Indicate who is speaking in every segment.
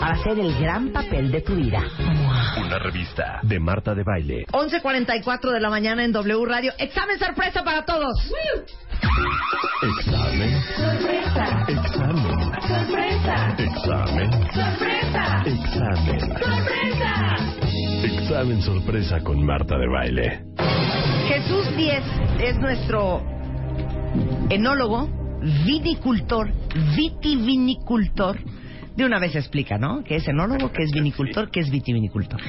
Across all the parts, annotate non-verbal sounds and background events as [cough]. Speaker 1: para hacer el gran papel de tu vida.
Speaker 2: Una revista de Marta de Baile.
Speaker 1: 11.44 de la mañana en W Radio. Examen sorpresa para todos.
Speaker 2: Examen. Sorpresa. Examen. Sorpresa. Examen. Sorpresa. Examen. Sorpresa. Examen sorpresa con Marta de Baile.
Speaker 1: Jesús Díez es nuestro enólogo, vinicultor, vitivinicultor. De una vez explica, ¿no? Que es enólogo, que es vinicultor, que es
Speaker 3: [laughs]
Speaker 1: vitivinicultor.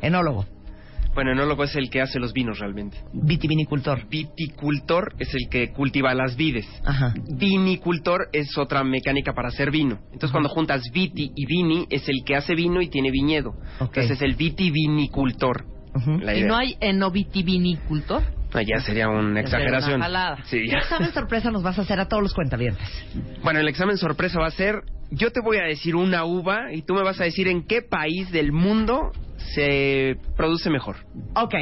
Speaker 1: Enólogo,
Speaker 3: Bueno, enólogo es el que hace los vinos realmente.
Speaker 1: vitivinicultor.
Speaker 3: Viticultor es el que cultiva las vides.
Speaker 1: Ajá.
Speaker 3: Vinicultor es otra mecánica para hacer vino. Entonces, cuando juntas viti y vini, es el que hace vino y tiene viñedo.
Speaker 1: Ok.
Speaker 3: Entonces, es el vitivinicultor.
Speaker 1: Ujú.
Speaker 3: La
Speaker 4: ¿Y
Speaker 3: idea.
Speaker 4: no hay enovitibinicultor?
Speaker 3: No, ya sería una
Speaker 4: Ya sería
Speaker 3: exageración.
Speaker 4: una jalada.
Speaker 3: Sí,
Speaker 1: ¿Qué
Speaker 3: ya.
Speaker 1: examen sorpresa nos vas a hacer a todos los cuentavientes?
Speaker 3: Bueno, el examen sorpresa va a ser, yo te voy a decir una uva y tú me vas a decir en qué país del mundo se produce mejor.
Speaker 1: Ok.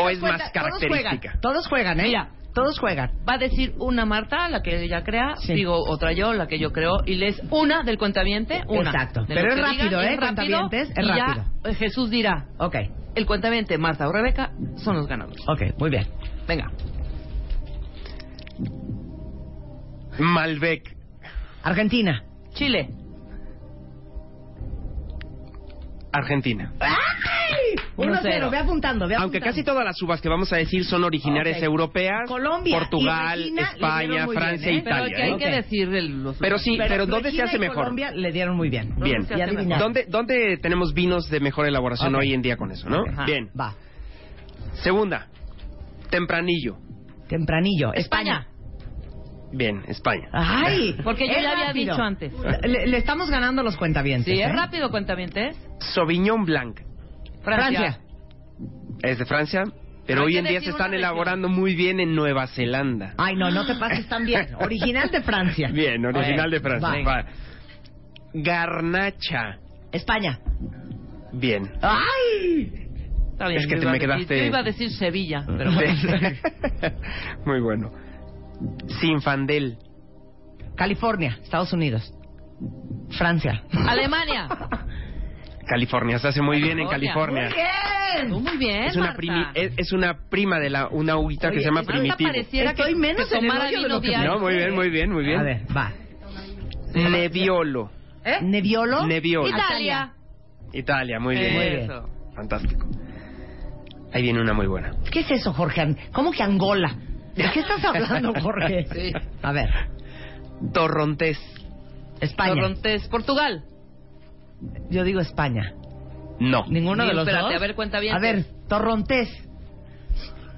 Speaker 3: O es más característica.
Speaker 1: Todos juegan, ¿eh?
Speaker 4: Mira.
Speaker 1: Todos juegan.
Speaker 4: Va a decir una Marta, la que ella crea,
Speaker 1: Sí.
Speaker 4: digo otra yo, la que yo creo, y lees una del cuentaviente, una.
Speaker 1: Exacto.
Speaker 4: De
Speaker 1: Pero
Speaker 4: lo
Speaker 1: es
Speaker 4: que
Speaker 1: rápido, ¿eh?
Speaker 4: es rápido,
Speaker 1: Cuentavientes, es
Speaker 4: y ya,
Speaker 1: rápido.
Speaker 4: eh, Jesús dirá,
Speaker 1: Ok,
Speaker 4: el cuentaviente, Marta o Rebeca, son los ganadores.
Speaker 1: ok, muy bien.
Speaker 4: Venga.
Speaker 3: Malbec,
Speaker 1: Argentina.
Speaker 4: Chile.
Speaker 3: Argentina.
Speaker 4: Uno
Speaker 1: 1-0,
Speaker 4: cero.
Speaker 1: ve apuntando, ve apuntando.
Speaker 3: Aunque casi todas las uvas que vamos a decir son originarias
Speaker 1: Ok.
Speaker 3: europeas,
Speaker 1: Colombia
Speaker 3: Portugal,
Speaker 1: y Regina le
Speaker 3: España,
Speaker 1: dieron muy
Speaker 3: Francia,
Speaker 1: bien, ¿eh?
Speaker 4: Pero
Speaker 3: Italia.
Speaker 4: que hay
Speaker 3: ¿eh?
Speaker 1: Ok.
Speaker 4: que decir el- los-
Speaker 3: Pero sí, pero, ¿dónde se
Speaker 1: Regina
Speaker 3: hace
Speaker 1: y
Speaker 3: mejor?
Speaker 1: Colombia le dieron muy bien.
Speaker 3: Bien.
Speaker 4: se hace
Speaker 1: Ya adivinaste.
Speaker 4: mejor?
Speaker 3: ¿Dónde, ¿Dónde tenemos vinos de mejor elaboración
Speaker 1: Ok.
Speaker 3: hoy en día con eso, no?
Speaker 4: Ajá.
Speaker 3: Bien.
Speaker 1: Va.
Speaker 3: Segunda, tempranillo.
Speaker 1: Tempranillo.
Speaker 4: España.
Speaker 3: Bien, España.
Speaker 1: [laughs] Ay,
Speaker 4: Porque yo
Speaker 1: es
Speaker 4: ya había
Speaker 1: rápido.
Speaker 4: dicho antes.
Speaker 1: Le, le estamos ganando los cuentavientes.
Speaker 4: Sí,
Speaker 1: ¿eh?
Speaker 4: es rápido ¿eh? cuentavientes.
Speaker 3: Sauvignon Blanc.
Speaker 1: Francia.
Speaker 3: Es de Francia,
Speaker 1: Ah,
Speaker 3: pero
Speaker 4: Hay
Speaker 3: hoy
Speaker 4: que
Speaker 3: en día se
Speaker 4: decir
Speaker 3: están
Speaker 4: una
Speaker 3: elaborando muy bien en Nueva Zelanda.
Speaker 1: Ay, no, no te pases tan
Speaker 3: [laughs]
Speaker 1: bien. Original de Francia.
Speaker 3: Bien, original
Speaker 1: Ok,
Speaker 3: de Francia.
Speaker 1: va.
Speaker 3: Va. Garnacha.
Speaker 1: España.
Speaker 3: Bien.
Speaker 1: ¡Ay!
Speaker 4: Está bien,
Speaker 3: Es que
Speaker 4: yo
Speaker 3: te
Speaker 4: iba
Speaker 3: me
Speaker 4: a decir-
Speaker 3: quedaste-
Speaker 4: Yo iba a decir Sevilla,
Speaker 3: [laughs]
Speaker 4: pero bueno.
Speaker 3: Bien. [laughs] Muy bueno. Sinfandel.
Speaker 1: California, Estados Unidos. Francia.
Speaker 4: Alemania.
Speaker 3: California. Se hace muy bien en
Speaker 4: California.
Speaker 3: California.
Speaker 1: Oh,
Speaker 4: Tú muy bien,
Speaker 3: Es una,
Speaker 4: Marta.
Speaker 3: primi- es, es una prima de la, una uvita que
Speaker 1: Oye,
Speaker 3: se llama
Speaker 1: es
Speaker 4: Marta
Speaker 3: Primitivo.
Speaker 4: pareciera
Speaker 1: Estoy
Speaker 4: que,
Speaker 1: menos
Speaker 4: que
Speaker 1: en el
Speaker 4: tomara
Speaker 1: hoyo de
Speaker 4: vino
Speaker 1: lo que-
Speaker 4: diario.
Speaker 3: No, muy bien, muy bien, muy bien.
Speaker 1: A ver, va.
Speaker 3: Nebbiolo.
Speaker 4: ¿Eh?
Speaker 1: ¿Neviolo?
Speaker 3: Nebbiolo.
Speaker 4: Italia.
Speaker 3: Italia, muy bien.
Speaker 1: Eh.
Speaker 4: Eso.
Speaker 3: Fantástico. Ahí viene una muy buena.
Speaker 1: ¿Qué es eso, Jorge? An- ¿Cómo que Angola? ¿De qué estás
Speaker 4: [laughs]
Speaker 1: hablando, Jorge?
Speaker 4: Sí.
Speaker 1: A ver,
Speaker 3: Torrontés.
Speaker 1: España.
Speaker 4: Torrontés, Portugal.
Speaker 1: Yo digo España.
Speaker 3: No.
Speaker 1: Ninguno
Speaker 4: Ni-
Speaker 1: de los
Speaker 4: espérate,
Speaker 1: dos.
Speaker 4: a ver, cuenta bien.
Speaker 1: A ver, Torrontés.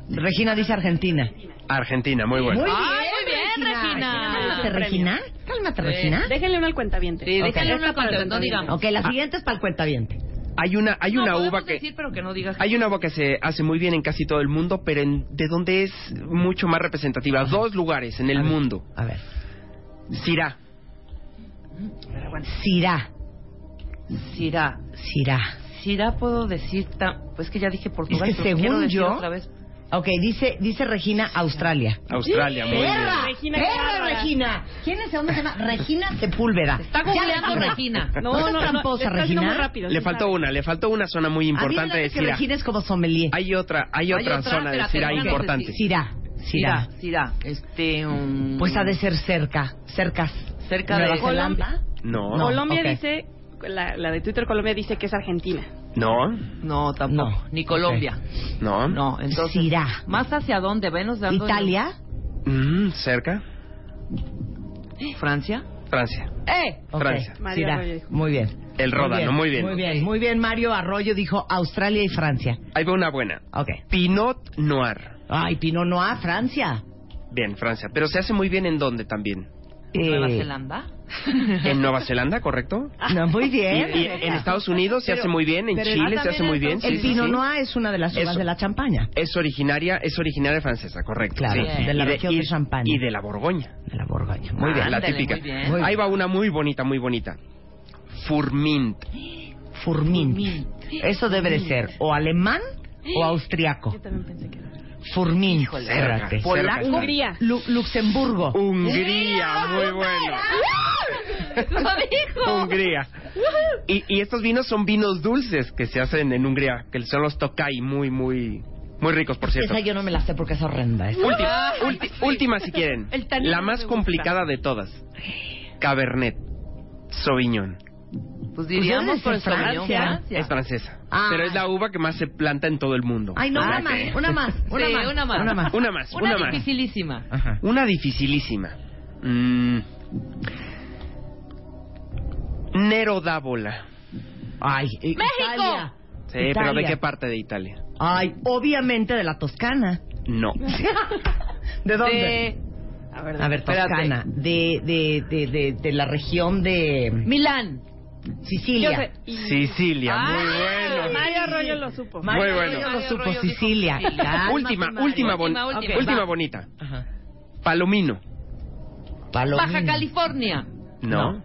Speaker 1: Regina dice Argentina.
Speaker 3: Argentina, muy buena.
Speaker 4: bien, Ay, Ah, muy bien, Regina.
Speaker 1: Cálmate,
Speaker 4: Ah, Premio.
Speaker 1: Regina. Cálmate, Regina.
Speaker 5: Déjenle una al cuentaviente.
Speaker 4: Sí,
Speaker 1: Ok.
Speaker 4: déjale una
Speaker 5: Para el
Speaker 4: cuenta, no
Speaker 5: cuentaviente.
Speaker 4: digamos. Ah,
Speaker 1: Ok, la siguiente es para el cuentaviente.
Speaker 3: Hay una, hay
Speaker 4: No,
Speaker 3: una
Speaker 4: podemos
Speaker 3: uva que.
Speaker 4: decir, pero que no digas.
Speaker 3: Hay una uva que se hace muy bien en casi todo el mundo, pero en- de donde es mucho más representativa. Dos lugares en el
Speaker 1: A ver,
Speaker 3: mundo.
Speaker 1: A ver.
Speaker 3: Sirá.
Speaker 1: Sirá.
Speaker 4: Sirá.
Speaker 1: Sirá.
Speaker 4: Sirá puedo decir... ta- Pues que ya dije Portugal.
Speaker 1: Es que
Speaker 4: pero
Speaker 1: según
Speaker 4: quiero decir
Speaker 1: yo-
Speaker 4: otra vez.
Speaker 1: Ok, dice, dice Regina Australia.
Speaker 3: Australia, muy bien.
Speaker 1: ¡Perra!
Speaker 5: Regina
Speaker 1: ¡Perra,
Speaker 5: Cámara.
Speaker 1: Regina! ¿Quién es? ¿Dónde se llama? Regina Sepúlveda.
Speaker 4: Está googleando Regina.
Speaker 1: No, no, no.
Speaker 5: le
Speaker 1: Tramposa,
Speaker 5: está haciendo
Speaker 1: Regina.
Speaker 5: muy rápido.
Speaker 3: Le
Speaker 5: sí
Speaker 3: faltó
Speaker 5: sabe.
Speaker 3: una, le faltó una zona
Speaker 1: a
Speaker 3: muy
Speaker 1: mí
Speaker 3: importante
Speaker 1: me
Speaker 3: de
Speaker 1: late que
Speaker 3: Sirá.
Speaker 1: Regina es como sommelier.
Speaker 3: Hay otra, hay otra,
Speaker 4: otra,
Speaker 3: zona de
Speaker 4: espérate,
Speaker 3: Sirá
Speaker 4: vamos a
Speaker 3: importante.
Speaker 4: decir.
Speaker 1: Sirá. Sirá.
Speaker 4: Sirá, Sirá. Este... um,
Speaker 1: Pues ha de ser cerca. Cercas.
Speaker 4: Cerca de-
Speaker 1: Nueva Zelanda.
Speaker 3: No.
Speaker 1: No.
Speaker 5: Colombia
Speaker 1: ok.
Speaker 5: dice la, la de Twitter Colombia dice que es Argentina.
Speaker 3: No,
Speaker 4: No, tampoco.
Speaker 1: No.
Speaker 4: Ni Colombia.
Speaker 3: no.
Speaker 4: No, entonces.
Speaker 1: Sirá.
Speaker 4: ¿Más hacia dónde? Venos dando.
Speaker 1: Italia.
Speaker 3: Mm, cerca.
Speaker 4: ¿Francia?
Speaker 3: Francia.
Speaker 4: ¡Eh!
Speaker 1: Ok,
Speaker 3: Francia.
Speaker 5: Mario
Speaker 1: Sirá.
Speaker 5: Arroyo dijo.
Speaker 1: Muy bien.
Speaker 3: El Ródano, muy bien.
Speaker 1: Muy bien, muy bien. Mario Arroyo dijo Australia y Francia.
Speaker 3: Ahí va una buena.
Speaker 1: Ok.
Speaker 3: Pinot Noir.
Speaker 1: Ay, Pinot Noir, Francia.
Speaker 3: Bien, Francia. Pero se hace muy bien en dónde también.
Speaker 4: ¿Nueva
Speaker 1: Eh,
Speaker 4: Zelanda? [laughs] Pues
Speaker 3: En Nueva Zelanda, ¿correcto?
Speaker 1: No, muy
Speaker 3: Y,
Speaker 1: bien.
Speaker 3: y en Estados Unidos se hace muy bien, en
Speaker 1: pero-
Speaker 3: Chile
Speaker 5: ah,
Speaker 3: se hace muy bien.
Speaker 1: El
Speaker 3: sí, sí,
Speaker 1: Pinot
Speaker 3: sí.
Speaker 1: Noir es una de las uvas
Speaker 3: Eso.
Speaker 1: de la champaña.
Speaker 3: Es originaria, es originaria francesa, correcto.
Speaker 1: Claro,
Speaker 3: sí.
Speaker 1: de la
Speaker 3: Y
Speaker 1: región de
Speaker 3: y-
Speaker 1: Champaña.
Speaker 3: Y de la Borgoña.
Speaker 1: De la Borgoña. Muy
Speaker 3: Ah,
Speaker 1: bien.
Speaker 3: La
Speaker 4: Ándale,
Speaker 3: típica.
Speaker 4: muy bien.
Speaker 1: Muy
Speaker 3: Ahí va una muy bonita, muy bonita. Furmint.
Speaker 1: Furmint. Eso debe de ser o alemán o austriaco.
Speaker 5: Yo también pensé que era.
Speaker 1: Furmint.
Speaker 3: cerca,
Speaker 1: espérate.
Speaker 3: cerca está.
Speaker 5: Hungría.
Speaker 1: Lu- Luxemburgo.
Speaker 3: Hungría, muy bueno. Hungría. Y, y estos vinos son vinos dulces que se hacen en Hungría, que son los Tokai, muy, muy, muy ricos, por cierto.
Speaker 1: Esa yo no me la sé porque es horrenda. ¿eh? esa.
Speaker 3: Última, ulti- última si quieren.
Speaker 5: El tanino
Speaker 3: La
Speaker 5: no
Speaker 3: más
Speaker 5: me gusta.
Speaker 3: complicada de todas. Cabernet Sauvignon.
Speaker 4: Pues diríamos
Speaker 1: Ustedes
Speaker 4: por
Speaker 1: en
Speaker 4: el Sauvignon,
Speaker 1: Francia.
Speaker 4: Francia.
Speaker 3: Es francesa.
Speaker 1: Ah.
Speaker 3: Pero es la uva que más se planta en todo el mundo.
Speaker 1: Ay, no, una
Speaker 3: Ah,
Speaker 1: más,
Speaker 3: ok.
Speaker 1: una más, una
Speaker 4: Sí,
Speaker 1: más.
Speaker 4: una más.
Speaker 1: Una más.
Speaker 3: Una más,
Speaker 4: Una,
Speaker 3: una, más.
Speaker 4: dificilísima.
Speaker 1: Ajá.
Speaker 3: Una dificilísima. Mm. Nero d'Avola.
Speaker 1: Ay, eh,
Speaker 4: ¡México!
Speaker 1: Italia.
Speaker 3: Sí, pero ¿de
Speaker 1: Italia.
Speaker 3: qué parte de Italia?
Speaker 1: Ay, obviamente de la Toscana.
Speaker 3: No.
Speaker 1: ¿De dónde?
Speaker 4: De
Speaker 5: A ver,
Speaker 1: A ver,
Speaker 4: Espérate.
Speaker 1: Toscana. De, de, de, de, de la región de
Speaker 4: Milán.
Speaker 5: yo
Speaker 1: Sicilia.
Speaker 5: sé. Y
Speaker 3: Sicilia, muy
Speaker 4: Ah,
Speaker 3: bueno.
Speaker 5: Mario Arroyo lo supo.
Speaker 3: Muy
Speaker 1: Mario
Speaker 3: bueno.
Speaker 1: Arroyo
Speaker 4: Mario
Speaker 1: lo supo,
Speaker 4: Arroyo dijo
Speaker 1: Sicilia.
Speaker 4: Sicilia.
Speaker 1: Calma,
Speaker 3: última,
Speaker 1: Mario.
Speaker 3: última, bon-
Speaker 4: Última, última.
Speaker 3: última
Speaker 4: Va.
Speaker 3: bonita.
Speaker 1: Ajá.
Speaker 3: Palomino.
Speaker 1: Palomino.
Speaker 4: Baja California.
Speaker 3: No.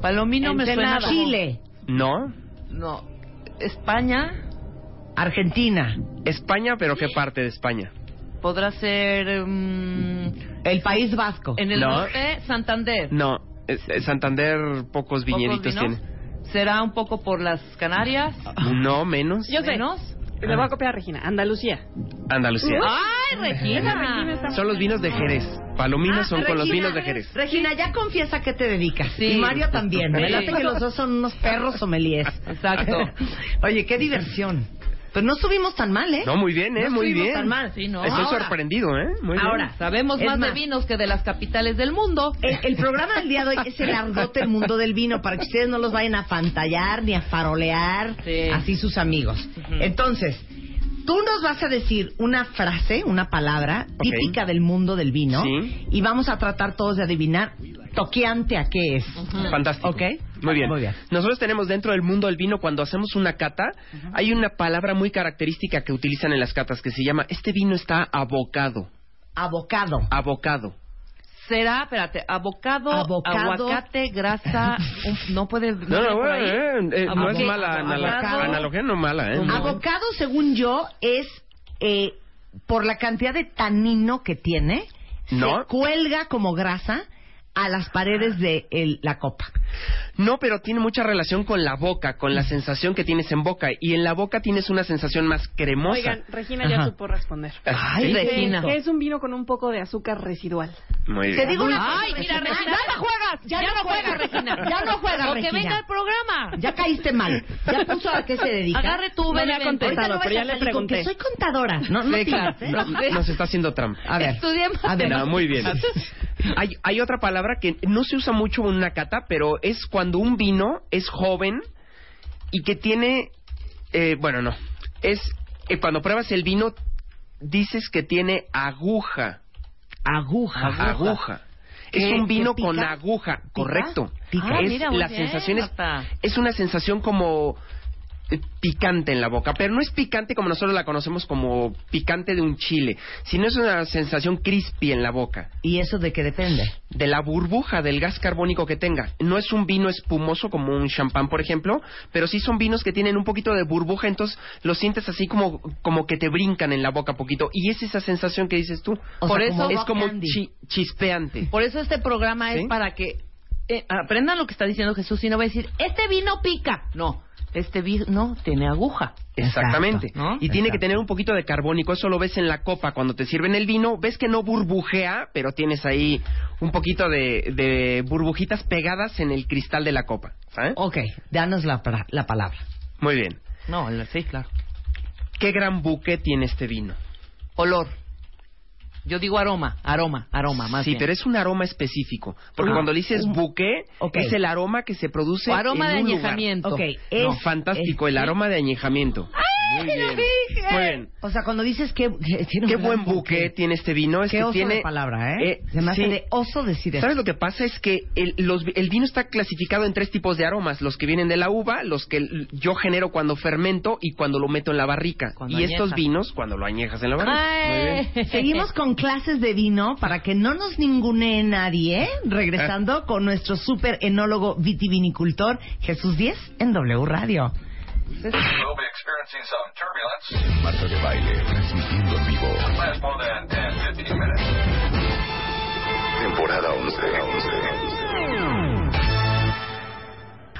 Speaker 4: Palomino me suena.
Speaker 1: Ensenada.
Speaker 4: como-
Speaker 1: Chile.
Speaker 3: No.
Speaker 4: No. España
Speaker 1: Argentina.
Speaker 3: España, pero ¿qué parte de España?
Speaker 4: podrá ser. mm,
Speaker 1: El País Vasco.
Speaker 4: en el
Speaker 3: No.
Speaker 4: norte, Santander.
Speaker 3: No. eh, eh, Santander, pocos
Speaker 4: Pocos
Speaker 3: viñeditos
Speaker 4: vinos.
Speaker 3: tiene. Ah.
Speaker 4: ¿Será un poco por las Canarias?
Speaker 3: No, menos.
Speaker 5: Yo sé.
Speaker 4: Menos.
Speaker 5: Le voy a copiar a Regina. Andalucía.
Speaker 3: Andalucía.
Speaker 4: ¡Ay,
Speaker 5: Ah.
Speaker 4: Regina!
Speaker 3: Son los vinos de Jerez. Palominos son con los
Speaker 1: Regina,
Speaker 3: vinos de Jerez.
Speaker 1: Regina, ya confiesa que te dedicas.
Speaker 4: Sí.
Speaker 1: Y Mario también.
Speaker 4: Sí.
Speaker 1: Me late que los dos son unos perros [laughs] sommeliers.
Speaker 4: Exacto.
Speaker 1: Oye, qué diversión. Pues no subimos tan mal, ¿eh?
Speaker 3: No, muy bien, ¿eh?
Speaker 1: No
Speaker 3: muy
Speaker 1: estuvimos
Speaker 3: bien.
Speaker 1: tan mal.
Speaker 4: Sí, no.
Speaker 3: Estoy
Speaker 1: Ahora.
Speaker 3: sorprendido, ¿eh? Muy bien.
Speaker 1: Ahora.
Speaker 4: Sabemos
Speaker 1: Es
Speaker 4: más, de
Speaker 1: más.
Speaker 4: vinos que de las capitales del mundo.
Speaker 1: El, el programa del día de hoy es el argote el mundo del vino para que ustedes no los vayan a pantallar ni a farolear
Speaker 4: Sí.
Speaker 1: así sus amigos.
Speaker 4: Ujú.
Speaker 1: Entonces, tú nos vas a decir una frase, una palabra
Speaker 3: Ok.
Speaker 1: típica del mundo del vino
Speaker 3: Sí.
Speaker 1: y vamos a tratar todos de adivinar toqueante a qué es.
Speaker 3: Mm. Fantástico.
Speaker 1: Ok.
Speaker 3: Muy bien.
Speaker 1: Muy bien.
Speaker 3: Nosotros tenemos dentro del mundo del vino, cuando hacemos una cata, hay una palabra muy característica que utilizan en las catas que se llama, este vino está abocado.
Speaker 1: Abocado.
Speaker 3: Abocado.
Speaker 4: Será, espérate, abocado,
Speaker 1: Abocado.
Speaker 4: aguacate, grasa. un- no puede.
Speaker 3: No, no,
Speaker 4: por
Speaker 3: bueno,
Speaker 4: ahí.
Speaker 3: eh, eh, no es
Speaker 4: Abocado,
Speaker 3: mala anala-
Speaker 4: abocado.
Speaker 3: analogía, no mala, ¿eh?
Speaker 1: Abocado, según yo, es eh, por la cantidad de tanino que tiene,
Speaker 3: No.
Speaker 1: se cuelga como grasa a las paredes de el- la copa.
Speaker 3: No, pero tiene mucha relación con la boca, con la sensación que tienes en boca. Y en la boca tienes una sensación más cremosa. ¿Ah,
Speaker 5: Oigan, Regina ya
Speaker 1: Ajá.
Speaker 5: supo responder.
Speaker 1: Ay,
Speaker 3: ¿Sí?
Speaker 1: Regina.
Speaker 5: Que, que es un vino con un poco de azúcar residual.
Speaker 3: Muy
Speaker 1: Te
Speaker 3: bien.
Speaker 1: digo una cosa,
Speaker 4: Ay, mira,
Speaker 1: Regina.
Speaker 4: Regina, ya no juegas. Ya, no juegas, Regina.
Speaker 1: Ya no juegas,
Speaker 4: O que
Speaker 1: Regina.
Speaker 4: venga el programa.
Speaker 1: Ya caíste mal. Ya puso a qué se dedica.
Speaker 4: Agarre tu
Speaker 5: No me
Speaker 4: vela
Speaker 5: ha
Speaker 1: Ahorita
Speaker 5: contestado,
Speaker 1: no
Speaker 5: pero
Speaker 1: vayas
Speaker 5: ya
Speaker 1: a
Speaker 5: le
Speaker 1: salir con
Speaker 5: pregunté.
Speaker 1: que soy contadora. No, no
Speaker 4: Sí, claro.
Speaker 1: digas, ¿eh?
Speaker 4: No.
Speaker 3: Nos está haciendo trampa.
Speaker 1: A ver.
Speaker 4: Estudié
Speaker 1: A ver.
Speaker 3: No, muy bien. Hay, hay otra palabra que no se usa mucho en una cata, pero es cuando un vino es joven y que tiene... eh, bueno, no. Es eh, cuando pruebas el vino, dices que tiene aguja.
Speaker 1: Aguja.
Speaker 3: Aguja. Es
Speaker 1: ¿Qué-
Speaker 3: un vino
Speaker 1: qué pica?
Speaker 3: con aguja, correcto.
Speaker 1: ¿Pica? Ah,
Speaker 3: Es,
Speaker 4: mira, muy
Speaker 3: la
Speaker 4: bien,
Speaker 3: sensación es,
Speaker 4: Marta.
Speaker 3: es una sensación como eh, picante en la boca, pero no es picante como nosotros la conocemos como picante de un chile, sino es una sensación crispy en la boca,
Speaker 1: ¿Y eso de qué depende?
Speaker 3: de la burbuja del gas carbónico que tenga. No es un vino espumoso como un champán, por ejemplo, pero sí son vinos que tienen un poquito de burbuja, entonces lo sientes así como como que te brincan en la boca poquito y es esa sensación que dices tú.
Speaker 1: O
Speaker 3: por
Speaker 1: sea,
Speaker 3: eso
Speaker 1: como
Speaker 3: es
Speaker 1: rock
Speaker 3: como
Speaker 1: candy.
Speaker 3: chi- chispeante.
Speaker 4: Por eso este programa es
Speaker 3: ¿Sí?
Speaker 4: para que eh, aprendan lo que está diciendo Jesús y no va a decir, este vino pica. No, este vino tiene aguja.
Speaker 3: Exactamente.
Speaker 4: Exacto, ¿no?
Speaker 3: Y tiene que
Speaker 4: Exacto.
Speaker 3: tener un poquito de carbónico. Eso lo ves en la copa cuando te sirven el vino. Ves que no burbujea, pero tienes ahí un poquito de, de burbujitas pegadas en el cristal de la copa. ¿sabes?
Speaker 1: Ok, danos la, pra- la palabra.
Speaker 3: Muy bien.
Speaker 4: No, la- sí, claro.
Speaker 3: ¿Qué gran buque tiene este vino?
Speaker 4: Olor. Yo digo aroma, aroma, aroma, Ah, más
Speaker 3: sí,
Speaker 4: bien.
Speaker 3: pero es un aroma específico. Porque
Speaker 1: Ah,
Speaker 3: cuando le dices buque,
Speaker 1: ok.
Speaker 3: es el aroma que se produce
Speaker 4: O aroma
Speaker 3: en
Speaker 4: de
Speaker 3: un lugar.
Speaker 4: añejamiento.
Speaker 1: Ok, es...
Speaker 3: No, fantástico, el aroma de añejamiento. Muy bien.
Speaker 1: [laughs]
Speaker 3: Muy bien.
Speaker 1: O sea, cuando dices que... tiene un
Speaker 3: Qué
Speaker 1: gran
Speaker 3: buen buque tiene este vino. Es
Speaker 1: Qué
Speaker 3: que
Speaker 1: oso
Speaker 3: tiene,
Speaker 1: de palabra, ¿eh? Se me hace
Speaker 3: sí.
Speaker 1: de oso decir eso.
Speaker 3: ¿Sabes lo que pasa? Es que el, los- el vino está clasificado en tres tipos de aromas. Los que vienen de la uva, los que l- yo genero cuando fermento y cuando lo meto en la barrica.
Speaker 4: Cuando
Speaker 3: y
Speaker 4: añejas.
Speaker 3: estos vinos cuando lo añejas en la barrica. Muy bien.
Speaker 1: Seguimos con clases de vino para que no nos ningunee nadie, ¿eh?
Speaker 3: Ah.
Speaker 1: regresando con nuestro super enólogo vitivinicultor Jesús 10 en W Radio.
Speaker 6: We'll be experiencing some turbulence.
Speaker 2: Marta de Baile, transmitiendo en vivo.
Speaker 6: Last more than 10, 15 minutes.
Speaker 2: Temporada 11.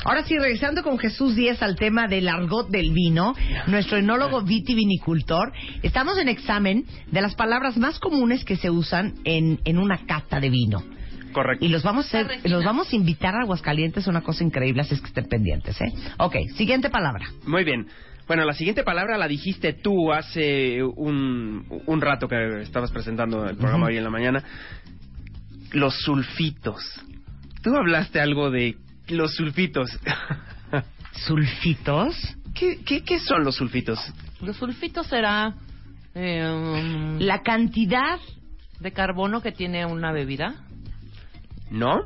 Speaker 1: Ahora sí, regresando con Jesús 10 al tema del argot del vino, nuestro enólogo vitivinicultor, estamos en examen de las palabras más comunes que se usan en, en una cata de vino.
Speaker 3: Correcto.
Speaker 1: Y los vamos, a hacer- los vamos a invitar a Aguascalientes, una cosa increíble, así es que estén pendientes. ¿eh? Ok, siguiente palabra.
Speaker 3: Muy bien. Bueno, la siguiente palabra la dijiste tú hace un, un rato que estabas presentando el programa
Speaker 1: Ujú.
Speaker 3: hoy en la mañana. Los sulfitos. Tú hablaste algo de los sulfitos. [laughs]
Speaker 1: Sulfitos.
Speaker 3: ¿Qué, qué, qué son los sulfitos?
Speaker 4: Los sulfitos será eh, la-
Speaker 1: La cantidad
Speaker 4: de carbono que tiene una bebida.
Speaker 3: ¿No?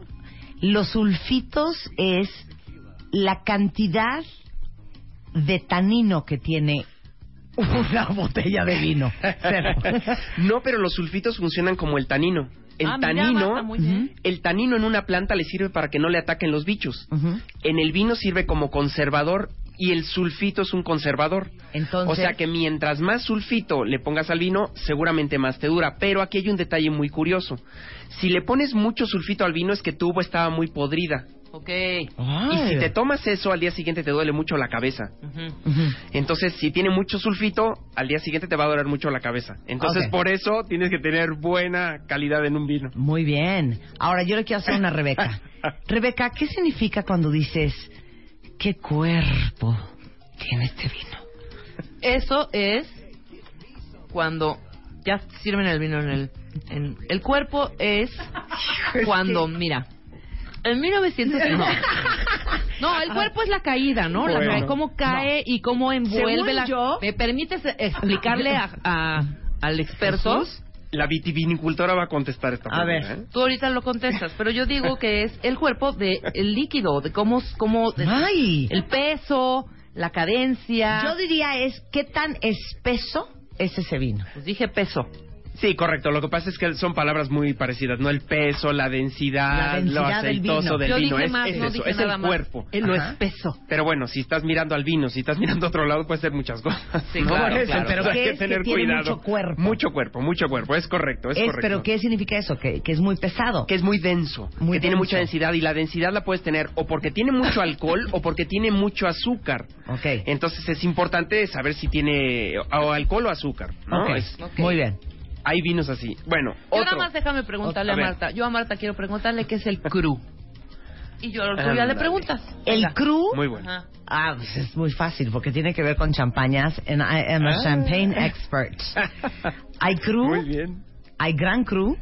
Speaker 1: Los sulfitos es la cantidad de tanino que tiene una [laughs] botella de vino. Cero.
Speaker 3: no, pero los sulfitos funcionan como el tanino. El
Speaker 4: Ah, mira,
Speaker 3: tanino,
Speaker 4: Marta, muy bien.
Speaker 1: Ujú.
Speaker 3: el tanino en una planta le sirve para que no le ataquen los bichos.
Speaker 1: Ujú.
Speaker 3: En el vino sirve como conservador y el sulfito es un conservador.
Speaker 1: Entonces,
Speaker 3: o sea que mientras más sulfito le pongas al vino, seguramente más te dura. Pero aquí hay un detalle muy curioso. Si le pones mucho sulfito al vino es que tu uva estaba muy podrida.
Speaker 4: Ok.
Speaker 3: Y si te tomas eso, al día siguiente te duele mucho la cabeza.
Speaker 4: Ujú.
Speaker 1: Ujú.
Speaker 3: Entonces, si tiene mucho sulfito, al día siguiente te va a doler mucho la cabeza. Entonces,
Speaker 1: Ok.
Speaker 3: por eso tienes que tener buena calidad en un vino.
Speaker 1: Muy bien. Ahora yo le quiero hacer una a Rebeca. Rebeca, ¿qué significa cuando dices qué cuerpo tiene este vino?
Speaker 4: Eso es cuando ya sirven el vino en el en- el cuerpo es cuando mira en 1900 no. No, el cuerpo es la caída, ¿no? La
Speaker 3: Bueno.
Speaker 4: caída, cómo cae y cómo envuelve
Speaker 1: Según
Speaker 4: la.
Speaker 1: yo-
Speaker 4: ¿Me permites explicarle a, a- al experto?
Speaker 3: La vitivinicultora va a contestar esta
Speaker 1: A
Speaker 3: pregunta,
Speaker 1: ver.
Speaker 3: ¿eh?
Speaker 4: Tú ahorita lo contestas, pero yo digo que es el cuerpo de el líquido, de cómo cómo
Speaker 1: Ay.
Speaker 4: el peso, la cadencia.
Speaker 1: Yo diría es qué tan espeso es ese vino.
Speaker 4: Pues dije peso.
Speaker 3: Sí, correcto. Lo que pasa es que son palabras muy parecidas, ¿no? El peso, la densidad,
Speaker 1: La densidad
Speaker 3: lo
Speaker 1: del
Speaker 3: aceitoso
Speaker 1: vino.
Speaker 3: del
Speaker 4: Yo
Speaker 3: vino.
Speaker 4: dije
Speaker 3: es
Speaker 4: más,
Speaker 3: es
Speaker 4: no
Speaker 3: eso,
Speaker 4: dije
Speaker 3: es
Speaker 4: nada
Speaker 3: el
Speaker 4: más.
Speaker 3: cuerpo.
Speaker 4: En lo
Speaker 1: Ajá.
Speaker 4: espeso.
Speaker 3: Pero bueno, si estás mirando al vino, si estás mirando a otro lado, puede ser muchas cosas.
Speaker 4: Sí,
Speaker 3: ¿no?
Speaker 4: claro,
Speaker 3: Por eso,
Speaker 4: claro.
Speaker 3: entonces
Speaker 1: Pero
Speaker 3: hay
Speaker 1: ¿qué
Speaker 3: que
Speaker 1: es que
Speaker 3: tener
Speaker 1: tiene
Speaker 3: cuidado.
Speaker 1: mucho cuerpo?
Speaker 3: Mucho cuerpo, mucho cuerpo. Es correcto, es,
Speaker 1: Es,
Speaker 3: correcto.
Speaker 1: pero ¿qué significa eso? Que, que es muy pesado.
Speaker 3: que es muy denso,
Speaker 1: Muy
Speaker 3: que tiene
Speaker 1: denso.
Speaker 3: mucha densidad y la densidad la puedes tener o porque tiene mucho alcohol o porque tiene mucho azúcar.
Speaker 1: Ok.
Speaker 3: Entonces es importante saber si tiene o alcohol o azúcar. ¿no?
Speaker 1: Ok,
Speaker 3: Es-
Speaker 4: Ok.
Speaker 1: Muy bien.
Speaker 3: hay vinos así. Bueno,
Speaker 4: Yo
Speaker 3: otro.
Speaker 4: nada más déjame preguntarle
Speaker 3: Otro.
Speaker 4: a
Speaker 3: A ver.
Speaker 4: Marta. Yo a Marta quiero preguntarle qué es el cru. Y yo al cru ya le
Speaker 3: Ándale.
Speaker 4: preguntas.
Speaker 1: El
Speaker 4: Venga.
Speaker 1: cru.
Speaker 3: Muy bueno.
Speaker 4: Ajá.
Speaker 1: Ah, pues es muy fácil porque tiene que ver con champañas. And I am a champagne
Speaker 3: [laughs]
Speaker 1: expert. Hay cru,
Speaker 3: Ah. Muy bien.
Speaker 1: hay gran cru.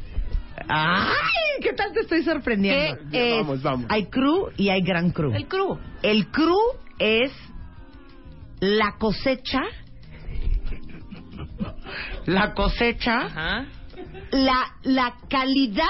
Speaker 1: ¡Ay! ¿Qué tal te estoy sorprendiendo?
Speaker 3: ¿Qué
Speaker 4: Eh,
Speaker 3: Bien, es? vamos, vamos.
Speaker 1: Hay cru y hay gran cru.
Speaker 4: El cru.
Speaker 1: eh, El cru es la cosecha. La cosecha.
Speaker 4: Ajá.
Speaker 1: la, la calidad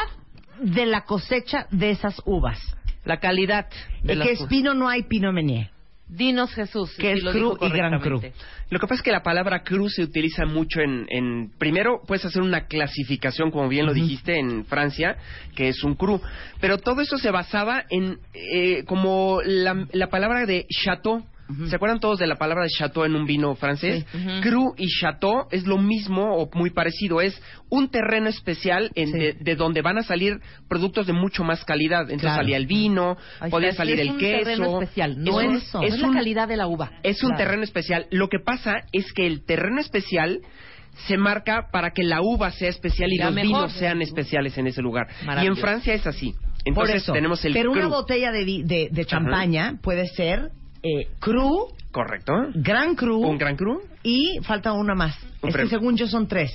Speaker 1: de la cosecha de esas uvas.
Speaker 4: La calidad. de
Speaker 1: Eh,
Speaker 4: las
Speaker 1: que es
Speaker 4: cosas.
Speaker 1: pino no hay pino meñé.
Speaker 4: Dinos Jesús.
Speaker 1: Que
Speaker 4: si
Speaker 1: es
Speaker 4: lo
Speaker 1: cru
Speaker 4: dijo
Speaker 1: y gran cru.
Speaker 4: correctamente.
Speaker 3: Lo que pasa es que la palabra cruz se utiliza mucho en, en- primero puedes hacer una clasificación, como bien lo dijiste, en Francia, que es un cru. Pero todo eso se basaba en eh, como la, la palabra de chateau.
Speaker 4: Ujú.
Speaker 3: ¿Se acuerdan todos de la palabra chateau en un vino francés?
Speaker 4: Sí. Ujú.
Speaker 3: Cru y chateau es lo mismo o muy parecido. Es un terreno especial en-
Speaker 4: Sí.
Speaker 3: de, de donde van a salir productos de mucho más calidad. Entonces
Speaker 4: Claro.
Speaker 3: salía el vino,
Speaker 4: Ahí
Speaker 3: podía
Speaker 4: está.
Speaker 3: salir
Speaker 4: es
Speaker 3: el
Speaker 4: un
Speaker 3: queso.
Speaker 4: terreno especial, no
Speaker 3: un-
Speaker 4: es, no es la
Speaker 3: un-
Speaker 4: calidad de la uva.
Speaker 3: es un
Speaker 4: Claro.
Speaker 3: terreno especial. Lo que pasa es que el terreno especial se marca para que la uva sea especial y
Speaker 4: Sea
Speaker 3: los
Speaker 4: mejor.
Speaker 3: vinos sean especiales en ese lugar. Y en
Speaker 4: Maravilloso.
Speaker 3: Francia es así.
Speaker 1: Por
Speaker 3: Entonces
Speaker 1: eso.
Speaker 3: tenemos el
Speaker 1: Pero una
Speaker 3: cru.
Speaker 1: botella de, vi- de, de champaña puede ser eh, cru,
Speaker 3: Correcto.
Speaker 1: gran cru
Speaker 3: Un gran cru.
Speaker 1: y falta una más.
Speaker 3: Un
Speaker 1: es que
Speaker 3: prem-
Speaker 1: según yo son tres.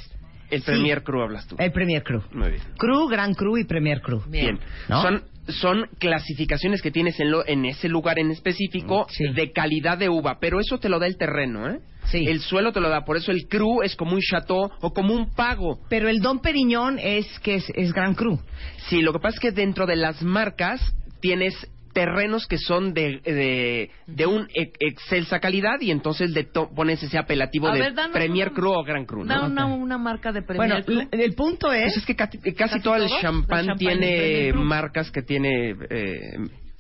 Speaker 3: El premier cru hablas tú.
Speaker 1: El premier cru.
Speaker 3: Muy bien.
Speaker 1: Cru, gran cru y premier cru.
Speaker 4: Bien.
Speaker 3: Bien.
Speaker 1: ¿No?
Speaker 3: Son, son clasificaciones que tienes en, lo- en ese lugar en específico
Speaker 1: Mm, Sí.
Speaker 3: de calidad de uva, pero eso te lo da el terreno, ¿eh?
Speaker 1: Sí.
Speaker 3: El suelo te lo da, por eso el cru es como un chateau o como un pago.
Speaker 1: Pero el Don Periñón es que es, es gran cru.
Speaker 3: Sí, lo que pasa es que dentro de las marcas tienes terrenos que son de, de, de un ex- excelsa calidad y entonces le to- pones ese apelativo
Speaker 4: A
Speaker 3: de
Speaker 4: ver, danos
Speaker 3: Premier
Speaker 4: una-
Speaker 3: Cru o Gran Cru. ¿no?
Speaker 4: Da una,
Speaker 1: Ok.
Speaker 4: una marca de
Speaker 1: Bueno, eh,
Speaker 4: Premier
Speaker 1: la- el punto es...
Speaker 3: Pues es que casi, eh, casi
Speaker 4: ¿Casi
Speaker 3: todo el
Speaker 4: todos? El
Speaker 3: champán
Speaker 4: champán es
Speaker 3: tiene
Speaker 4: Premier Cru.
Speaker 3: marcas que tiene eh,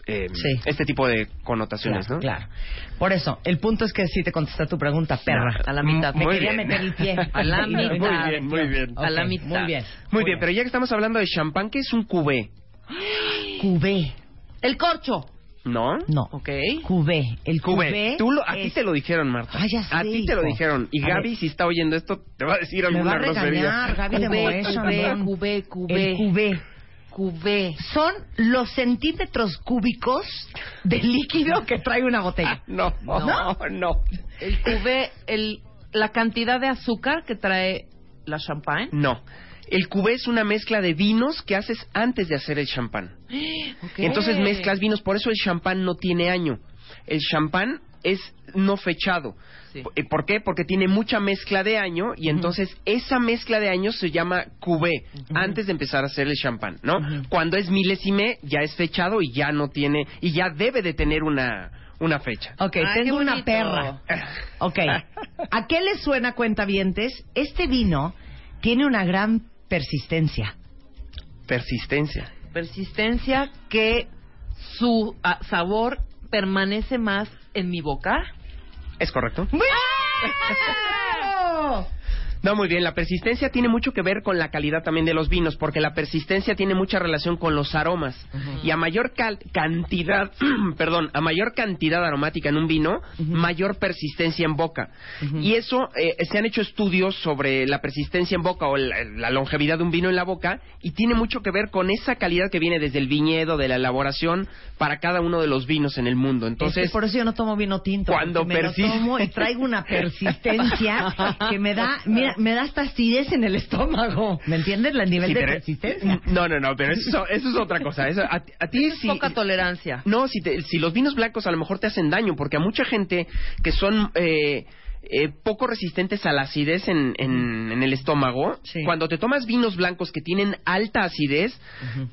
Speaker 3: eh,
Speaker 1: Sí.
Speaker 3: este tipo de
Speaker 1: Claro,
Speaker 3: connotaciones, ¿no?
Speaker 1: claro. Por eso, el punto es que sí te contesta tu pregunta, perra.
Speaker 4: A la mitad.
Speaker 1: Me
Speaker 3: Muy
Speaker 1: quería
Speaker 3: bien.
Speaker 1: meter el pie.
Speaker 4: [laughs] A
Speaker 1: [laughs]
Speaker 4: la
Speaker 1: Y no-
Speaker 4: mitad. Muy
Speaker 3: bien, muy bien.
Speaker 1: Ok,
Speaker 4: A la mitad.
Speaker 1: Muy bien.
Speaker 3: Muy bien, pero ya que estamos hablando de champán, ¿qué es un cubé?
Speaker 1: Cubé.
Speaker 4: El corcho.
Speaker 3: ¿No?
Speaker 1: No.
Speaker 4: Ok.
Speaker 1: Cubé. El cubé.
Speaker 3: Cubé. Tú lo- a ti
Speaker 1: es-
Speaker 3: te lo dijeron, Marta.
Speaker 1: Ah, ya sé,
Speaker 3: a ti te lo
Speaker 1: hijo.
Speaker 3: dijeron. Y
Speaker 1: A
Speaker 3: Gaby,
Speaker 1: ver.
Speaker 3: si está oyendo esto, te va a decir
Speaker 1: Me va
Speaker 3: alguna
Speaker 1: a regañar,
Speaker 3: grosería.
Speaker 1: Ah, Gaby de
Speaker 4: Cubé,
Speaker 1: Moesha,
Speaker 4: cubé,
Speaker 1: ¿no?
Speaker 4: cubé, cubé.
Speaker 1: El cubé.
Speaker 4: Cubé.
Speaker 1: Son los centímetros cúbicos de líquido que trae una botella.
Speaker 3: [laughs] No, no, no.
Speaker 4: El cubé, el, la cantidad de azúcar que trae la champagne.
Speaker 3: No. El cubé es una mezcla de vinos que haces antes de hacer el champán.
Speaker 4: Ok.
Speaker 3: Entonces mezclas vinos, por eso el champán no tiene año. El champán es no fechado.
Speaker 4: Sí.
Speaker 3: Eh, ¿Por qué? Porque tiene mucha mezcla de año y entonces esa mezcla de años se llama cubé antes de empezar a hacer el champán, ¿no? Cuando es milésime ya es fechado y ya no tiene y ya debe de tener una una fecha.
Speaker 1: Ok,
Speaker 4: Ay,
Speaker 1: tengo
Speaker 4: qué
Speaker 1: una
Speaker 4: bonito.
Speaker 1: perra. Ok. ¿A qué les suena, cuentavientes? Este vino tiene una gran persistencia.
Speaker 3: Persistencia.
Speaker 4: Persistencia que su ah, sabor permanece más en mi boca.
Speaker 3: ¿Es correcto?
Speaker 1: ¡Bravo!
Speaker 3: [laughs] No, muy bien. La persistencia tiene mucho que ver con la calidad también de los vinos, porque la persistencia tiene mucha relación con los aromas. Y a mayor cal- cantidad, [clears throat] perdón, a mayor cantidad aromática en un vino, mayor persistencia en boca. Y eso, eh, se han hecho estudios sobre la persistencia en boca o la, la longevidad de un vino en la boca, y tiene mucho que ver con esa calidad que viene desde el viñedo, de la elaboración, para cada uno de los vinos en el mundo.
Speaker 1: Es
Speaker 3: Entonces,
Speaker 1: que Este, por eso yo no tomo vino tinto.
Speaker 3: Cuando
Speaker 1: porque me lo
Speaker 3: persiste.
Speaker 1: tomo y traigo una persistencia que me da, mira, me da hasta acidez en el estómago. ¿Me entiendes? El nivel
Speaker 3: Sí,
Speaker 1: de
Speaker 3: pero-
Speaker 1: persistencia.
Speaker 3: No, no, no, pero eso, eso es otra cosa. Eso- a, a ti
Speaker 4: Es
Speaker 3: sí-
Speaker 4: poca tolerancia.
Speaker 3: No, si, te- si los vinos blancos a lo mejor te hacen daño, porque a mucha gente que son eh, eh, poco resistentes a la acidez en, en- en el estómago,
Speaker 1: Sí.
Speaker 3: cuando te tomas vinos blancos que tienen alta acidez,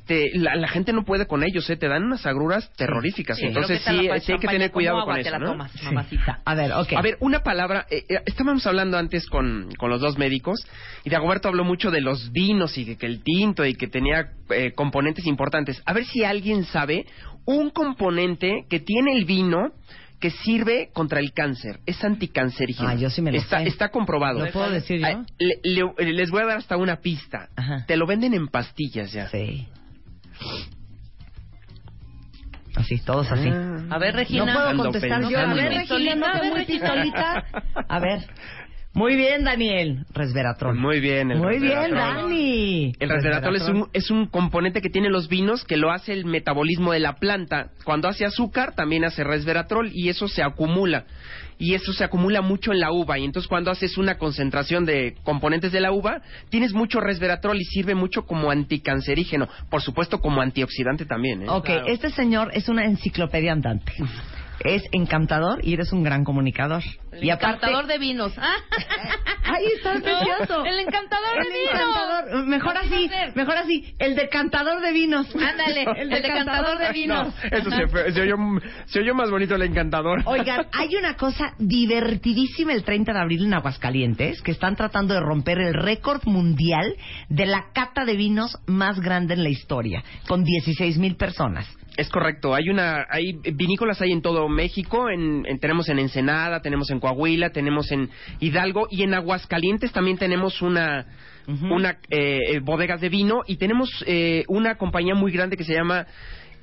Speaker 3: te- la, la gente no puede con ellos, ¿eh? te dan unas agruras terroríficas.
Speaker 4: Sí,
Speaker 3: Entonces
Speaker 4: pero ¿qué
Speaker 3: sí,
Speaker 4: tal la
Speaker 3: sí hay que
Speaker 4: champaña?
Speaker 3: tener
Speaker 4: Como
Speaker 3: cuidado
Speaker 4: agua
Speaker 3: con
Speaker 4: te
Speaker 3: eso.
Speaker 4: la
Speaker 3: ¿no?
Speaker 4: tomas, mamacita.
Speaker 1: A ver, ok.
Speaker 3: A ver, una palabra. eh, eh, estábamos hablando antes con, con los dos médicos y Dagoberto habló mucho de los vinos y que, que el tinto y que tenía eh, componentes importantes. A ver si alguien sabe un componente que tiene el vino que sirve contra el cáncer. Es anticancerígeno.
Speaker 1: Ah, yo sí me lo
Speaker 3: está,
Speaker 1: sé.
Speaker 3: está comprobado.
Speaker 1: ¿Lo puedo decir yo?
Speaker 3: Ah, le- le- les voy a dar hasta una pista.
Speaker 1: Ajá.
Speaker 3: Te lo venden en pastillas ya.
Speaker 1: Sí. Así, todos así.
Speaker 3: Ah.
Speaker 4: A ver,
Speaker 1: No
Speaker 4: Regina.
Speaker 1: puedo
Speaker 3: Ando
Speaker 1: contestar yo. A
Speaker 3: pensando.
Speaker 1: ver, Regina, no fue muy pistolita. A ver. Muy bien, Daniel. Resveratrol.
Speaker 3: Muy bien. el
Speaker 1: Muy bien,
Speaker 3: resveratrol.
Speaker 1: Dani.
Speaker 3: El resveratrol es un, es un componente que tienen los vinos que lo hace el metabolismo de la planta. Cuando hace azúcar también hace resveratrol y eso se acumula. Y eso se acumula mucho en la uva. Y entonces cuando haces una concentración de componentes de la uva, tienes mucho resveratrol y sirve mucho como anticancerígeno. Por supuesto como antioxidante también. ¿eh?
Speaker 1: Ok, este señor es una enciclopedia andante. Es encantador y eres un gran comunicador.
Speaker 4: El
Speaker 1: y aparte,
Speaker 4: encantador de vinos. Ah,
Speaker 1: ahí está
Speaker 4: no,
Speaker 1: precioso.
Speaker 4: El encantador
Speaker 1: El
Speaker 4: de vinos.
Speaker 1: encantador. Mejor
Speaker 4: Vamos a
Speaker 1: así,
Speaker 4: hacer.
Speaker 1: mejor así. El decantador de vinos.
Speaker 4: Ándale,
Speaker 1: [laughs]
Speaker 4: el decantador de vinos.
Speaker 3: No, eso se, fue- se oyó, se oyó más bonito el encantador.
Speaker 1: Oigan, hay una cosa divertidísima el 30 de abril en Aguascalientes, que están tratando de romper el récord mundial de la cata de vinos más grande en la historia, con 16 mil personas.
Speaker 3: Es correcto, hay una, hay vinícolas hay en todo México, en, en- tenemos en Ensenada, tenemos en Coahuila, tenemos en Hidalgo y en Aguascalientes también tenemos una, una eh, eh, bodegas de vino y tenemos eh, una compañía muy grande que se llama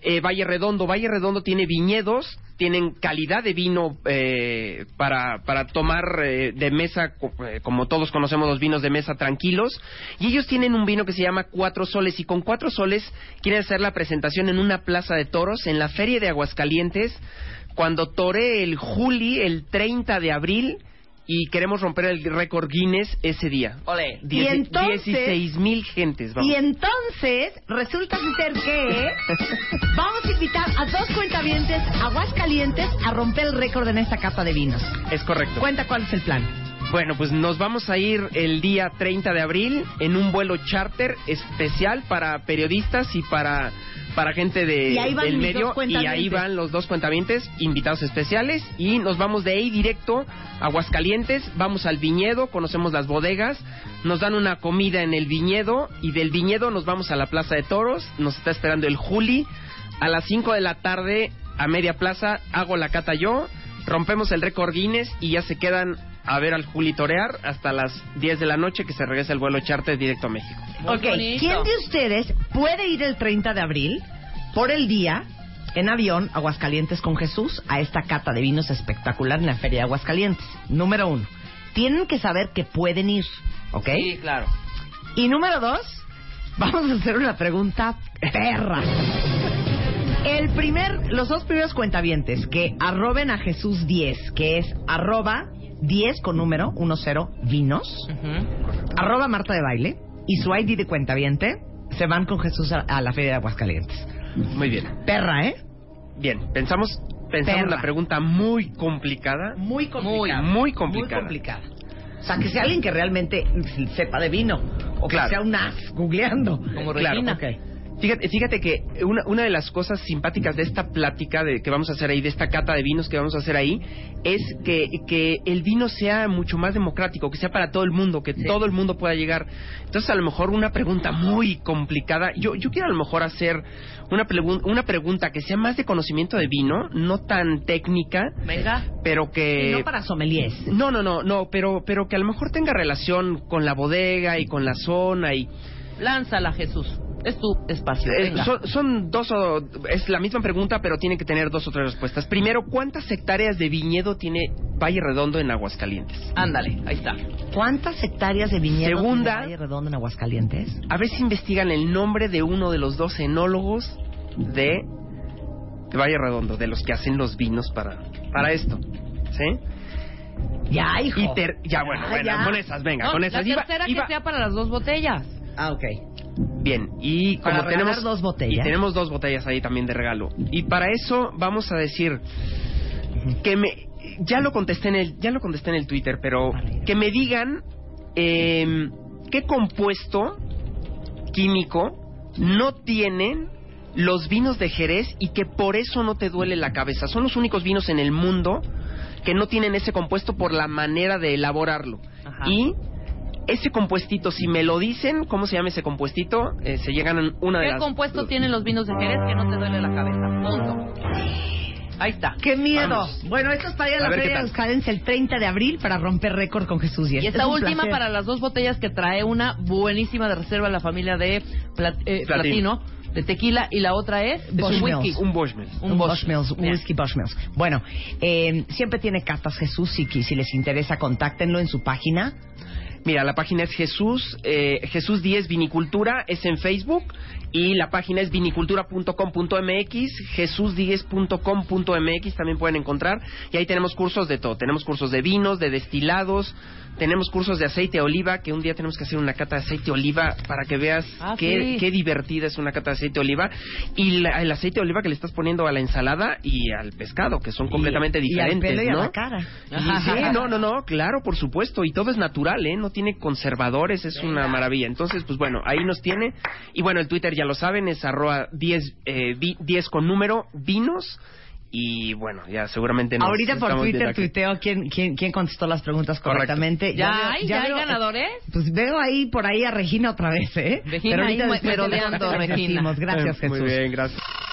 Speaker 3: eh, Valle Redondo. Valle Redondo tiene viñedos, tienen calidad de vino eh, para, para tomar eh, de mesa, co- eh, como todos conocemos los vinos de mesa tranquilos. Y ellos tienen un vino que se llama Cuatro Soles. Y con Cuatro Soles quieren hacer la presentación en una plaza de toros, en la Feria de Aguascalientes, cuando toree el Juli, el 30 de abril. Y queremos romper el récord Guinness ese día.
Speaker 4: Ole.
Speaker 1: Y entonces-
Speaker 3: 16 mil gentes, vamos.
Speaker 1: Y entonces resulta ser que vamos a invitar a dos cuentavientes aguascalientes a romper el récord en esta capa de vinos.
Speaker 3: Es correcto.
Speaker 1: Cuenta cuál es el plan.
Speaker 3: Bueno, pues nos vamos a ir el día 30 de abril en un vuelo charter especial para periodistas y para para gente de,
Speaker 1: Y ahí van
Speaker 3: del
Speaker 1: mis
Speaker 3: medio
Speaker 1: dos
Speaker 3: y
Speaker 1: cuentavientes.
Speaker 3: ahí van los dos cuentavientes invitados especiales y nos vamos de ahí directo a Aguascalientes, vamos al viñedo, conocemos las bodegas, nos dan una comida en el viñedo y del viñedo nos vamos a la Plaza de Toros, nos está esperando el Juli a las 5 de la tarde a media plaza, hago la cata yo, rompemos el récord Guinness y ya se quedan a ver al Juli torear hasta las 10 de la noche que se regresa el vuelo charter directo a México.
Speaker 4: Muy
Speaker 1: ok,
Speaker 4: bonito.
Speaker 1: ¿quién de ustedes puede ir el 30 de abril por el día en avión a Aguascalientes con Jesús a esta cata de vinos espectacular en la Feria de Aguascalientes? Número uno, tienen que saber que pueden ir, ¿ok?
Speaker 4: Sí, claro.
Speaker 1: Y número dos, vamos a hacer una pregunta perra. El primer, los dos primeros cuentavientes que arroben a Jesús 10, que es arroba 10 con número 10 vinos,
Speaker 4: Ujú.
Speaker 1: arroba Marta de Baile y su ID de cuentaviente, se van con Jesús a, a la Feria de Aguascalientes.
Speaker 3: Muy bien.
Speaker 1: Perra, ¿eh?
Speaker 3: Bien, pensamos pensamos
Speaker 1: Perra.
Speaker 3: la pregunta muy complicada.
Speaker 1: Muy
Speaker 4: complicada.
Speaker 3: Muy, muy
Speaker 1: Muy
Speaker 3: complicada.
Speaker 1: complicada. O sea, que sea alguien que realmente sepa de vino. O
Speaker 3: Claro.
Speaker 1: que sea un as googleando.
Speaker 4: Como
Speaker 3: Claro,
Speaker 4: Regina.
Speaker 3: ok. Fíjate, fíjate que una, una de las cosas simpáticas de esta plática de, que vamos a hacer ahí, de esta cata de vinos que vamos a hacer ahí, es que, que el vino sea mucho más democrático, que sea para todo el mundo, que todo el mundo pueda llegar. Entonces, a lo mejor una pregunta muy complicada. Yo, yo quiero a lo mejor hacer una, pregun- una pregunta que sea más de conocimiento de vino, no tan técnica,
Speaker 4: Venga.
Speaker 3: pero
Speaker 1: Y
Speaker 3: que...
Speaker 1: no para sommeliers.
Speaker 3: No, no, no, no, pero, pero que a lo mejor tenga relación con la bodega y con la zona y...
Speaker 4: Lánzala, Jesús. Es tu espacio.
Speaker 3: Eh,
Speaker 4: Venga.
Speaker 3: son, son dos o... Es la misma pregunta, pero tiene que tener dos o tres respuestas. Primero, ¿cuántas hectáreas de viñedo tiene Valle Redondo en Aguascalientes?
Speaker 4: Ándale, ahí está.
Speaker 1: ¿Cuántas hectáreas de viñedo
Speaker 3: Segunda.
Speaker 1: tiene Valle Redondo en Aguascalientes?
Speaker 3: A ver si investigan el nombre de uno de los dos enólogos de Valle Redondo, de los que hacen los vinos para, para esto. ¿Sí?
Speaker 1: Ya, hijo.
Speaker 3: Y ter- ya, bueno,
Speaker 1: Ah,
Speaker 3: bueno,
Speaker 1: ya.
Speaker 3: con esas, venga,
Speaker 4: No,
Speaker 3: con esas.
Speaker 4: La
Speaker 3: Iba-
Speaker 4: tercera
Speaker 3: iba-
Speaker 4: que sea para las dos botellas.
Speaker 1: Ah, ok.
Speaker 3: Bien, y como
Speaker 1: Para regalar
Speaker 3: tenemos
Speaker 1: dos botellas.
Speaker 3: y tenemos dos botellas ahí también de regalo. Y para eso vamos a decir que me ya lo contesté en el ya lo contesté en el Twitter, pero que me digan eh, qué compuesto químico no tienen los vinos de Jerez y que por eso no te duele la cabeza. Son los únicos vinos en el mundo que no tienen ese compuesto por la manera de elaborarlo.
Speaker 4: Ajá.
Speaker 3: Y ese compuestito, si me lo dicen, ¿cómo se llama ese compuestito? Eh, se llegan en una de
Speaker 4: ¿Qué
Speaker 3: las...
Speaker 4: compuesto tienen los vinos de Jerez que no te duele la cabeza? Punto. Ahí está.
Speaker 1: ¡Qué miedo!
Speaker 3: Vamos.
Speaker 1: Bueno, esto es para ir a
Speaker 3: A
Speaker 1: la
Speaker 3: ver qué
Speaker 1: Feria de
Speaker 3: tal.
Speaker 1: Aguascalientes el 30 de abril para romper récord con Jesús. Díez.
Speaker 4: Y
Speaker 1: Es
Speaker 4: esta
Speaker 1: un
Speaker 4: última
Speaker 1: placer.
Speaker 4: para las dos botellas que trae una buenísima de reserva la familia de Plat- eh,
Speaker 3: Platino.
Speaker 4: Platino, de tequila, y la otra es de
Speaker 1: Bosch
Speaker 4: su whisky.
Speaker 1: Mills.
Speaker 3: Un Boschman.
Speaker 1: Un, Bosch Mills, un whisky Bosch Mills. Bueno, eh, siempre tiene cartas Jesús y que si les interesa, contáctenlo en su página.
Speaker 3: Mira, la página es Jesús, eh, Jesús 10 Vinicultura, es en Facebook, y la página es vinicultura.com.mx, jesús10.com.mx también pueden encontrar, y ahí tenemos cursos de todo, tenemos cursos de vinos, de destilados, tenemos cursos de aceite de oliva, que un día tenemos que hacer una cata de aceite de oliva para que veas
Speaker 4: Ah,
Speaker 3: qué,
Speaker 4: sí.
Speaker 3: qué divertida es una cata de aceite de oliva, y la- el aceite de oliva que le estás poniendo a la ensalada y al pescado, que son completamente
Speaker 1: Y-
Speaker 3: diferentes,
Speaker 1: Y al pelo y
Speaker 3: ¿no?
Speaker 1: a la cara.
Speaker 3: Y sí,
Speaker 1: [laughs]
Speaker 3: no, no, no, claro, por supuesto. Y todo es natural, ¿eh? No tiene conservadores, es una maravilla. Entonces, pues bueno, ahí nos tiene. Y bueno, el Twitter ya lo saben, es arroba 10, eh, vi- 10 con número, vinos. Y bueno, ya seguramente nos
Speaker 1: Ahorita por
Speaker 3: estamos viendo
Speaker 1: Twitter
Speaker 3: aquí.
Speaker 1: tuiteo quién, quién, quién contestó las preguntas
Speaker 3: Correcto.
Speaker 1: correctamente.
Speaker 4: Ya,
Speaker 1: veo-
Speaker 4: hay, ya hay ¿eh?
Speaker 1: veo-
Speaker 4: ganadores.
Speaker 1: Pues veo ahí por ahí a Regina otra vez, ¿é?
Speaker 4: Regina
Speaker 1: Pero ahorita
Speaker 4: ahí
Speaker 1: después
Speaker 4: merodeando,
Speaker 1: regresamos.
Speaker 4: Regina.
Speaker 1: Gracias,
Speaker 3: Eh,
Speaker 1: Jesús.
Speaker 3: Muy bien, gracias.